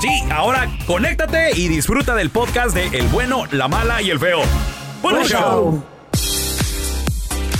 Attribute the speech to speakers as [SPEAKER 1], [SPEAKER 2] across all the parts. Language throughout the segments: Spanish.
[SPEAKER 1] Sí, ahora conéctate y disfruta del podcast de El bueno, la mala y el feo. Buen show.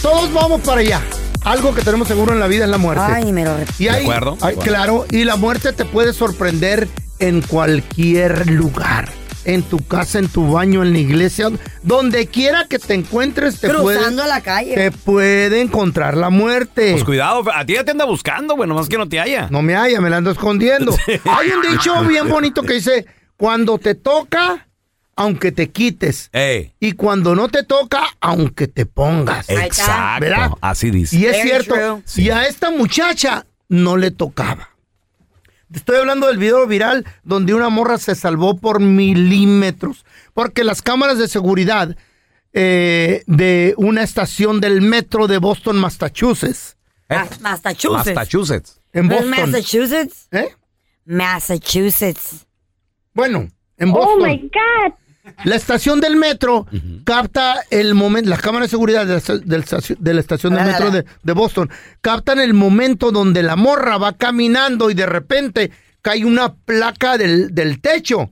[SPEAKER 2] Todos vamos para allá. Algo que tenemos seguro en la vida es la muerte.
[SPEAKER 3] Ay, me lo repito.
[SPEAKER 2] y
[SPEAKER 1] De
[SPEAKER 2] hay-
[SPEAKER 1] acuerdo, de
[SPEAKER 2] hay-
[SPEAKER 1] acuerdo.
[SPEAKER 2] Claro, y la muerte te puede sorprender en cualquier lugar. En tu casa, en tu baño, en la iglesia, donde quiera que te encuentres, te puede,
[SPEAKER 3] Cruzando la calle.
[SPEAKER 2] te puede encontrar la muerte.
[SPEAKER 1] Pues cuidado, a ti ya te anda buscando, güey, nomás que no te haya.
[SPEAKER 2] No me haya, me la ando escondiendo. Hay un dicho bien bonito que dice, cuando te toca, aunque te quites.
[SPEAKER 1] Ey,
[SPEAKER 2] Y cuando no te toca, aunque te pongas.
[SPEAKER 3] Ahí está.
[SPEAKER 1] exacto.
[SPEAKER 2] ¿Verdad?
[SPEAKER 1] Así dice.
[SPEAKER 2] Y es
[SPEAKER 3] Very
[SPEAKER 2] cierto.
[SPEAKER 3] true.
[SPEAKER 2] Y a esta muchacha no le tocaba. Estoy hablando del video viral donde una morra se salvó por milímetros. Porque las cámaras de seguridad eh, de una estación del metro de Boston, Massachusetts.
[SPEAKER 1] Eh,
[SPEAKER 3] Ma- Ah, Massachusetts.
[SPEAKER 1] Massachusetts.
[SPEAKER 2] En
[SPEAKER 3] ¿No es
[SPEAKER 2] Boston.
[SPEAKER 3] Massachusetts?
[SPEAKER 2] ¿eh?
[SPEAKER 3] Massachusetts.
[SPEAKER 2] Bueno, en
[SPEAKER 4] Oh
[SPEAKER 2] Boston.
[SPEAKER 4] my God.
[SPEAKER 2] La estación del metro capta el momento, las cámaras de seguridad de la, esta- de la estación, de la estación del
[SPEAKER 3] Ah,
[SPEAKER 2] metro
[SPEAKER 3] la, la.
[SPEAKER 2] de, de Boston captan el momento donde la morra va caminando y de repente cae una placa del, del techo.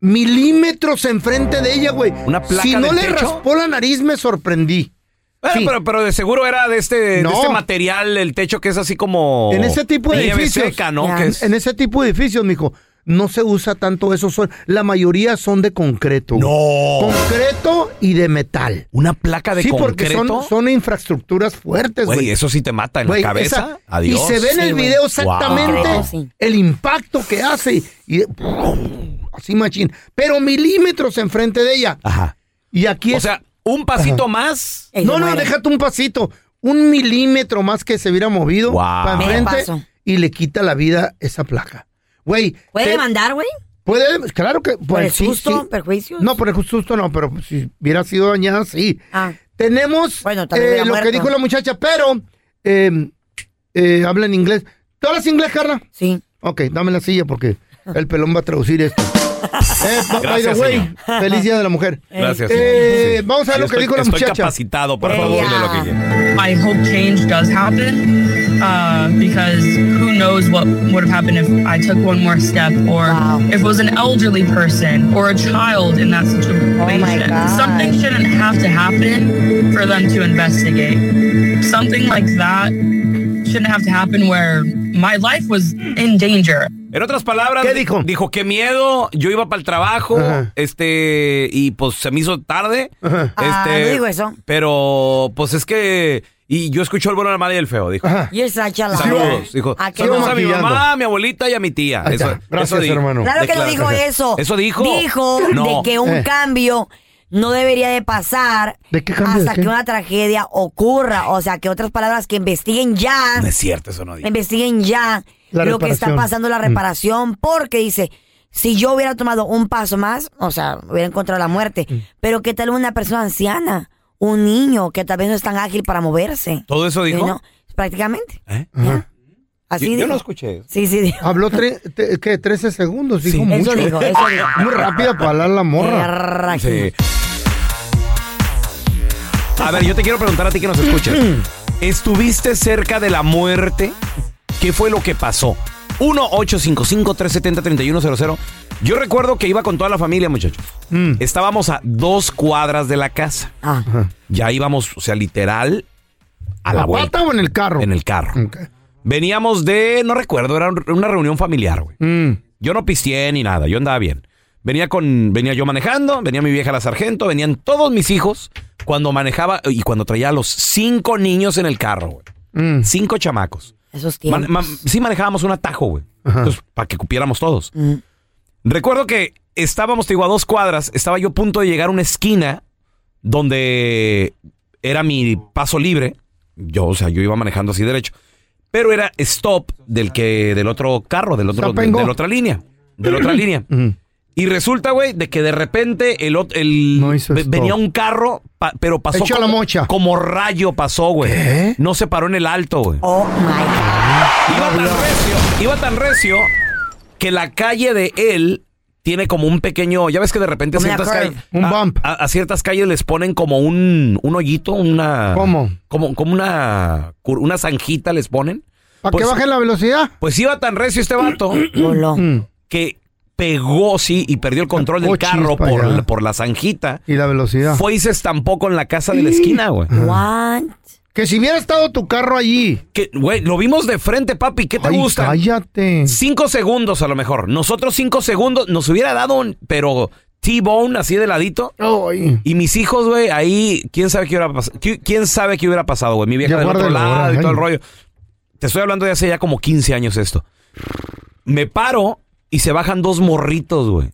[SPEAKER 2] Milímetros enfrente de ella, güey.
[SPEAKER 1] ¿Una placa
[SPEAKER 2] si no
[SPEAKER 1] del
[SPEAKER 2] le
[SPEAKER 1] techo?
[SPEAKER 2] raspó la nariz, me sorprendí.
[SPEAKER 1] Bueno,
[SPEAKER 2] Sí.
[SPEAKER 1] pero, pero de seguro era de este,
[SPEAKER 2] No.
[SPEAKER 1] de este material, el techo que es así como.
[SPEAKER 2] En ese tipo de
[SPEAKER 1] nieve
[SPEAKER 2] edificios.
[SPEAKER 1] seca, ¿no?
[SPEAKER 3] Ya.
[SPEAKER 1] Que es-
[SPEAKER 2] En ese tipo de edificios, mijo, no se usa tanto eso. Son, la mayoría son de concreto. güey.
[SPEAKER 1] No.
[SPEAKER 2] Concreto y de metal.
[SPEAKER 1] Una placa de
[SPEAKER 2] sí, porque
[SPEAKER 1] concreto.
[SPEAKER 2] son, son infraestructuras fuertes,
[SPEAKER 1] Güey,
[SPEAKER 2] güey.
[SPEAKER 1] eso sí te mata en
[SPEAKER 2] Güey,
[SPEAKER 1] la cabeza.
[SPEAKER 2] esa-
[SPEAKER 1] Adiós.
[SPEAKER 2] Y se ve en
[SPEAKER 3] Sí,
[SPEAKER 2] el
[SPEAKER 3] güey.
[SPEAKER 2] video exactamente
[SPEAKER 3] Wow. Sí.
[SPEAKER 2] el impacto que hace. Y así machín. Pero milímetros enfrente de ella.
[SPEAKER 1] Ajá.
[SPEAKER 2] Y aquí
[SPEAKER 1] O
[SPEAKER 2] es.
[SPEAKER 1] sea, un pasito más.
[SPEAKER 3] Ey,
[SPEAKER 2] no,
[SPEAKER 3] se
[SPEAKER 2] no,
[SPEAKER 3] muere.
[SPEAKER 2] déjate un pasito. Un milímetro más que se hubiera movido
[SPEAKER 1] Wow.
[SPEAKER 2] para
[SPEAKER 3] Medio
[SPEAKER 2] enfrente
[SPEAKER 3] paso.
[SPEAKER 2] y le quita la vida esa placa. Güey,
[SPEAKER 3] ¿Puede
[SPEAKER 2] te-
[SPEAKER 3] demandar, güey?
[SPEAKER 2] puede, claro que.
[SPEAKER 3] ¿Por
[SPEAKER 2] pues,
[SPEAKER 3] el
[SPEAKER 2] sí,
[SPEAKER 3] susto?
[SPEAKER 2] sí.
[SPEAKER 3] ¿Perjuicios?
[SPEAKER 2] No, por el susto no, pero si hubiera sido dañada, sí.
[SPEAKER 3] Ah.
[SPEAKER 2] Tenemos
[SPEAKER 3] Bueno, también
[SPEAKER 2] eh,
[SPEAKER 3] hubiera
[SPEAKER 2] lo que
[SPEAKER 3] muerto.
[SPEAKER 2] dijo la muchacha, pero eh, eh, habla en inglés. ¿Tú hablas inglés, Carla?
[SPEAKER 3] Sí.
[SPEAKER 2] Ok, dame la silla porque el pelón va a traducir esto. Eh, by the
[SPEAKER 1] Gracias,
[SPEAKER 2] way,
[SPEAKER 1] señor.
[SPEAKER 2] feliz día de la mujer.
[SPEAKER 1] Gracias.
[SPEAKER 2] Eh, vamos a ver
[SPEAKER 1] Yo
[SPEAKER 2] lo que
[SPEAKER 1] estoy-
[SPEAKER 2] dijo la
[SPEAKER 1] Estoy
[SPEAKER 2] muchacha. Eh,
[SPEAKER 1] capacitado, por
[SPEAKER 3] Ella.
[SPEAKER 1] favor, de lo que quiera.
[SPEAKER 5] I hope change does happen uh, because who knows what would have happened if I took one more step or
[SPEAKER 3] Wow.
[SPEAKER 5] if it was an elderly person or a child in that situation.
[SPEAKER 2] Oh
[SPEAKER 3] God.
[SPEAKER 5] Something shouldn't have to happen for them to investigate. Something like that shouldn't have to happen where my life was in danger.
[SPEAKER 1] En otras palabras,
[SPEAKER 2] ¿Qué dijo?
[SPEAKER 1] Dijo que miedo, yo iba para el trabajo,
[SPEAKER 2] Ajá.
[SPEAKER 1] este, y pues se me hizo tarde.
[SPEAKER 2] Ajá.
[SPEAKER 3] Ah, no digo eso.
[SPEAKER 1] Pero, pues es que
[SPEAKER 6] Y yo escucho el bueno, la mala y el feo, dijo.
[SPEAKER 2] Ah.
[SPEAKER 3] Y es Sacha la
[SPEAKER 6] Saludos, dijo.
[SPEAKER 3] ¿A Ah, qué
[SPEAKER 6] Saludos
[SPEAKER 3] no?
[SPEAKER 6] a mi
[SPEAKER 2] maquillando.
[SPEAKER 6] mamá, a mi abuelita y a mi tía.
[SPEAKER 2] Ahí está. Gracias,
[SPEAKER 6] dijo.
[SPEAKER 2] hermano.
[SPEAKER 3] Claro que no
[SPEAKER 6] Declara-
[SPEAKER 3] dijo eso.
[SPEAKER 6] Eso dijo.
[SPEAKER 3] Dijo
[SPEAKER 6] No.
[SPEAKER 3] de que un
[SPEAKER 2] Eh.
[SPEAKER 3] cambio no debería de pasar
[SPEAKER 2] ¿De qué cambio?
[SPEAKER 3] hasta
[SPEAKER 2] ¿De qué?
[SPEAKER 3] que una tragedia ocurra. O sea, que otras palabras que investiguen ya,
[SPEAKER 6] No es cierto, eso no dijo.
[SPEAKER 3] investiguen ya
[SPEAKER 2] La
[SPEAKER 3] lo que está
[SPEAKER 2] reparación. Mm.
[SPEAKER 3] pasando, la reparación, porque dice, si yo hubiera tomado un paso más, o sea, hubiera encontrado la muerte.
[SPEAKER 2] Mm.
[SPEAKER 3] Pero ¿qué tal una persona anciana? Un niño que tal vez no es tan ágil para moverse.
[SPEAKER 6] ¿Todo eso dijo?
[SPEAKER 3] Eh, no, prácticamente.
[SPEAKER 6] ¿Eh?
[SPEAKER 3] ¿ya? Así
[SPEAKER 6] Yo, yo
[SPEAKER 3] dijo.
[SPEAKER 6] no escuché eso.
[SPEAKER 3] Sí, sí, dijo.
[SPEAKER 2] Habló tre- te- ¿qué? 13 segundos, dijo
[SPEAKER 6] Sí.
[SPEAKER 2] mucho.
[SPEAKER 3] Eso dijo, eso dijo.
[SPEAKER 2] Muy rápida para hablar la morra.
[SPEAKER 3] Erra-
[SPEAKER 6] Sí. A ver, yo te quiero preguntar a ti que nos escuchas. ¿Estuviste cerca de la muerte? ¿Qué fue lo que pasó? 1-855-370-3100. Yo recuerdo que iba con toda la familia, muchachos. Estábamos a dos cuadras de la casa.
[SPEAKER 3] Ah.
[SPEAKER 6] Ya íbamos, o sea, literal, a la
[SPEAKER 2] ¿La
[SPEAKER 6] vuelta.
[SPEAKER 2] pata o en el carro?
[SPEAKER 6] En el carro.
[SPEAKER 2] Ok.
[SPEAKER 6] Veníamos de, no recuerdo, era un- una reunión familiar, güey.
[SPEAKER 2] Mm.
[SPEAKER 6] Yo no pisteé ni nada, yo andaba bien. Venía con, venía yo manejando, venía mi vieja la sargento, venían todos mis hijos cuando manejaba y cuando traía a los cinco niños en el carro, güey.
[SPEAKER 2] Mm.
[SPEAKER 6] Cinco chamacos.
[SPEAKER 3] Esos
[SPEAKER 6] Man-
[SPEAKER 3] tiempos.
[SPEAKER 6] man- sí manejábamos un atajo, güey.
[SPEAKER 2] Ajá.
[SPEAKER 6] Entonces, para que cupiéramos todos.
[SPEAKER 3] Mm.
[SPEAKER 6] Recuerdo que estábamos, te digo, a dos cuadras, estaba yo a punto de llegar a una esquina donde era mi paso libre. Yo, o sea, yo iba manejando así derecho. Pero era stop del que, del otro carro, del otro,
[SPEAKER 2] Stop and go.
[SPEAKER 6] de la otra línea. De la otra línea.
[SPEAKER 2] Mm.
[SPEAKER 6] Y resulta, güey, de que de repente el, ot- el
[SPEAKER 2] No hizo
[SPEAKER 6] ve-
[SPEAKER 2] stop.
[SPEAKER 6] venía un carro, pa- pero pasó
[SPEAKER 2] Echó
[SPEAKER 6] como,
[SPEAKER 2] la mocha.
[SPEAKER 6] como rayo pasó, güey.
[SPEAKER 2] ¿Qué?
[SPEAKER 6] No se paró en el alto, güey.
[SPEAKER 3] Oh my God.
[SPEAKER 6] Iba tan recio, iba tan recio que la calle de él tiene como un pequeño, ya ves que de repente a
[SPEAKER 3] Como una
[SPEAKER 6] ciertas
[SPEAKER 3] curve.
[SPEAKER 6] calles,
[SPEAKER 2] Un
[SPEAKER 6] a-
[SPEAKER 2] bump.
[SPEAKER 6] A, a ciertas calles les ponen como un, un hoyito, una
[SPEAKER 2] ¿Cómo?
[SPEAKER 6] como como una cur- una zanjita les ponen.
[SPEAKER 2] ¿Para
[SPEAKER 6] Pues-
[SPEAKER 2] que baje la velocidad?
[SPEAKER 6] Pues iba tan recio este vato
[SPEAKER 3] Voló.
[SPEAKER 2] Mm.
[SPEAKER 6] que pegó sí y perdió el control
[SPEAKER 2] Oh,
[SPEAKER 6] del carro
[SPEAKER 2] chispa, ya.
[SPEAKER 6] por, por la zanjita.
[SPEAKER 2] Y la velocidad.
[SPEAKER 6] Fue y se estampó con la casa de la esquina, güey.
[SPEAKER 3] What?
[SPEAKER 2] Que si hubiera estado tu carro allí.
[SPEAKER 6] Que, güey, lo vimos de frente, papi. ¿Qué te
[SPEAKER 2] Ay,
[SPEAKER 6] gusta?
[SPEAKER 2] Cállate.
[SPEAKER 6] Cinco segundos a lo mejor. Nosotros cinco segundos nos hubiera dado un, pero T-Bone así de ladito.
[SPEAKER 2] Ay.
[SPEAKER 6] Y mis hijos, güey, ahí, quién sabe qué hubiera pasado. ¿Quién sabe qué hubiera pasado, güey? Mi vieja
[SPEAKER 2] Ya
[SPEAKER 6] del otro
[SPEAKER 2] guárdalo,
[SPEAKER 6] lado
[SPEAKER 2] ahora,
[SPEAKER 6] y todo el
[SPEAKER 2] ay.
[SPEAKER 6] rollo. Te estoy hablando de hace ya como 15 años esto. Me paro y se bajan dos morritos, güey.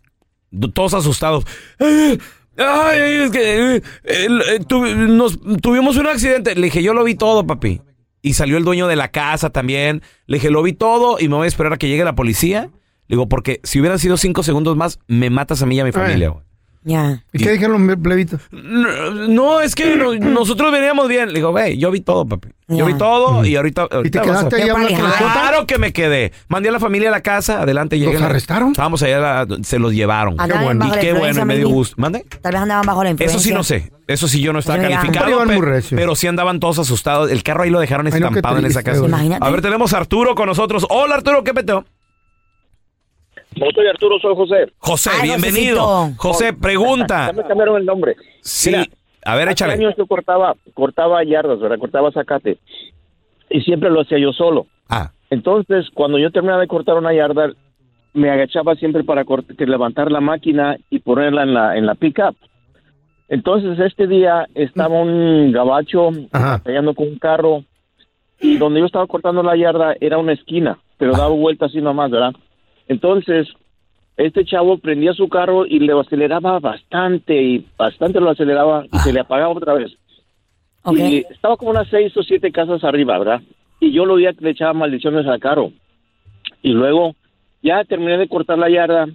[SPEAKER 6] Do- Todos asustados. Ay, ay, es que eh, el- eh, tuvi- nos- tuvimos un accidente. Le dije, yo lo vi todo, papi. Y salió el dueño de la casa también. Le dije, lo vi todo y me voy a esperar a que llegue la policía. Le digo, porque si hubieran sido cinco segundos más, me matas a mí y a mi familia, güey.
[SPEAKER 3] Ya.
[SPEAKER 2] ¿Y qué dijeron los plebitos?
[SPEAKER 6] No, no, es que no- nosotros veníamos bien. Le digo, güey, yo vi todo, papi. Yo vi
[SPEAKER 3] Ya.
[SPEAKER 6] todo y ahorita.
[SPEAKER 2] ¿Y te
[SPEAKER 6] ahorita vas a-
[SPEAKER 2] quedaste ahí
[SPEAKER 3] Yo
[SPEAKER 2] a hablar
[SPEAKER 3] para
[SPEAKER 2] con la
[SPEAKER 3] alejar.
[SPEAKER 2] chota?
[SPEAKER 6] Claro que me quedé. Mandé a la familia a la casa. Adelante, lleguen.
[SPEAKER 2] arrestaron?
[SPEAKER 6] Estábamos allá, la- se los llevaron.
[SPEAKER 3] Andaban
[SPEAKER 2] bueno.
[SPEAKER 3] bajo
[SPEAKER 6] Y
[SPEAKER 3] la
[SPEAKER 6] qué bueno,
[SPEAKER 3] influencia,
[SPEAKER 6] y me dio
[SPEAKER 3] maybe.
[SPEAKER 6] gusto. ¿Mande?
[SPEAKER 3] Tal vez andaban bajo la influencia.
[SPEAKER 6] Eso sí no sé. Eso sí yo no estaba
[SPEAKER 3] Eso ya.
[SPEAKER 6] calificado.
[SPEAKER 2] Iban muy
[SPEAKER 6] pe-
[SPEAKER 2] recio.
[SPEAKER 6] pero sí andaban todos asustados. El carro ahí lo dejaron
[SPEAKER 2] Ay, no, qué
[SPEAKER 6] estampado en esa
[SPEAKER 2] triste,
[SPEAKER 6] casa.
[SPEAKER 2] güey.
[SPEAKER 3] Imagínate.
[SPEAKER 6] A ver, tenemos a Arturo con nosotros. Hola, Arturo, ¿qué peteo?
[SPEAKER 4] No soy Arturo, soy José.
[SPEAKER 6] José,
[SPEAKER 3] Ay,
[SPEAKER 6] bienvenido.
[SPEAKER 3] Ah, Josecito.
[SPEAKER 6] José, pregunta.
[SPEAKER 4] Ya me cambiaron el nombre.
[SPEAKER 6] Sí.
[SPEAKER 4] Mira,
[SPEAKER 6] a ver,
[SPEAKER 4] Hace
[SPEAKER 6] échale.
[SPEAKER 4] años yo cortaba, cortaba yardas, ¿verdad? Cortaba zacate. Y siempre lo hacía yo solo.
[SPEAKER 6] Ah,
[SPEAKER 4] Entonces, cuando yo terminaba de cortar una yarda, me agachaba siempre para cort- que levantar la máquina y ponerla en la, en la pickup. Entonces, este día estaba un gabacho
[SPEAKER 2] Ajá.
[SPEAKER 4] batallando con un carro. Y donde yo estaba cortando la yarda era una esquina, pero daba vueltas así nomás, ¿verdad? Entonces, este chavo prendía su carro y le aceleraba bastante y bastante lo aceleraba y se le apagaba otra vez.
[SPEAKER 3] Ok.
[SPEAKER 4] Y estaba como unas seis o siete casas arriba, ¿verdad? Y yo lo veía que le echaba maldiciones al carro. Y luego ya terminé de cortar la yarda,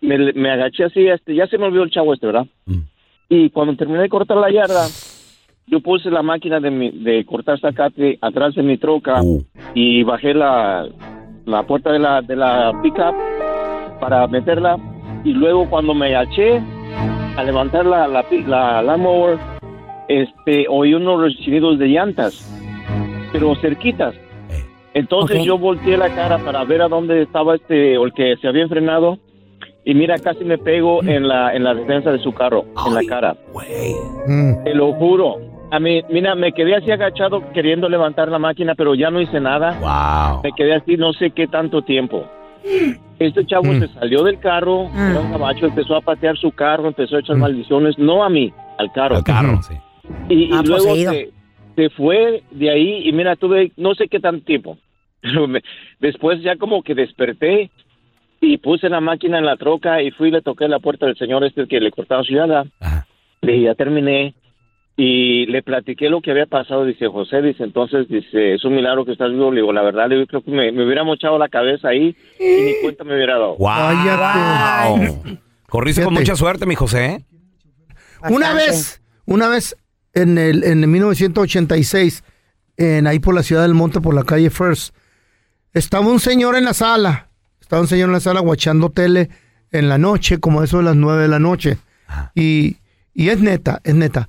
[SPEAKER 4] me, me agaché así, este, ya se me olvidó el chavo este, ¿verdad?
[SPEAKER 6] Mm.
[SPEAKER 4] Y cuando terminé de cortar la yarda, yo puse la máquina de, mi- de cortar zacate atrás de mi troca
[SPEAKER 6] Uh.
[SPEAKER 4] y bajé la, la puerta de la, de la pickup para meterla. Y luego cuando me agaché a levantar la, la, pi- la lawnmower, este, oí unos chinidos de llantas, pero cerquitas.
[SPEAKER 6] Eh.
[SPEAKER 4] Entonces
[SPEAKER 3] Ok.
[SPEAKER 4] yo volteé la cara para ver a dónde estaba este, o el que se había frenado. Y mira, casi me pego en la, en la defensa de su carro, en la cara.
[SPEAKER 6] güey.
[SPEAKER 2] Mm.
[SPEAKER 4] Te lo juro. A mí, mira, me quedé así agachado queriendo levantar la máquina, pero ya no hice nada.
[SPEAKER 6] Wow.
[SPEAKER 4] Me quedé así no sé qué tanto tiempo. Este chavo
[SPEAKER 2] Mm.
[SPEAKER 4] se salió del carro,
[SPEAKER 3] Mm.
[SPEAKER 4] era un gabacho, empezó a patear su carro, empezó a echar maldiciones, no a mí, al carro.
[SPEAKER 6] Al pues carro,
[SPEAKER 2] Ujú.
[SPEAKER 6] sí.
[SPEAKER 4] Y, y
[SPEAKER 3] Ah,
[SPEAKER 4] luego
[SPEAKER 3] poseído.
[SPEAKER 4] se, se fue de ahí y mira, tuve no sé qué tan tiempo. Pero me- después ya como que desperté y puse la máquina en la troca y fui y le toqué la puerta del señor este que le cortaba su llada. Le dije, ya terminé. Y le platiqué lo que había pasado, dice José, dice, entonces, dice, es un milagro que estás vivo. Le digo, la verdad, le digo, creo que me, me hubiera mochado la cabeza ahí y ni cuenta me hubiera dado.
[SPEAKER 1] ¡Wow! Corriste con mucha suerte, mi José. ¿eh?
[SPEAKER 2] Una vez, una vez en el en 1986, en ahí por la ciudad del Monte, por la calle First, estaba un señor en la sala, estaba un señor en la sala guachando tele en la noche, como eso de las 9 de la noche.
[SPEAKER 6] Ah.
[SPEAKER 2] Y, y es neta, es neta.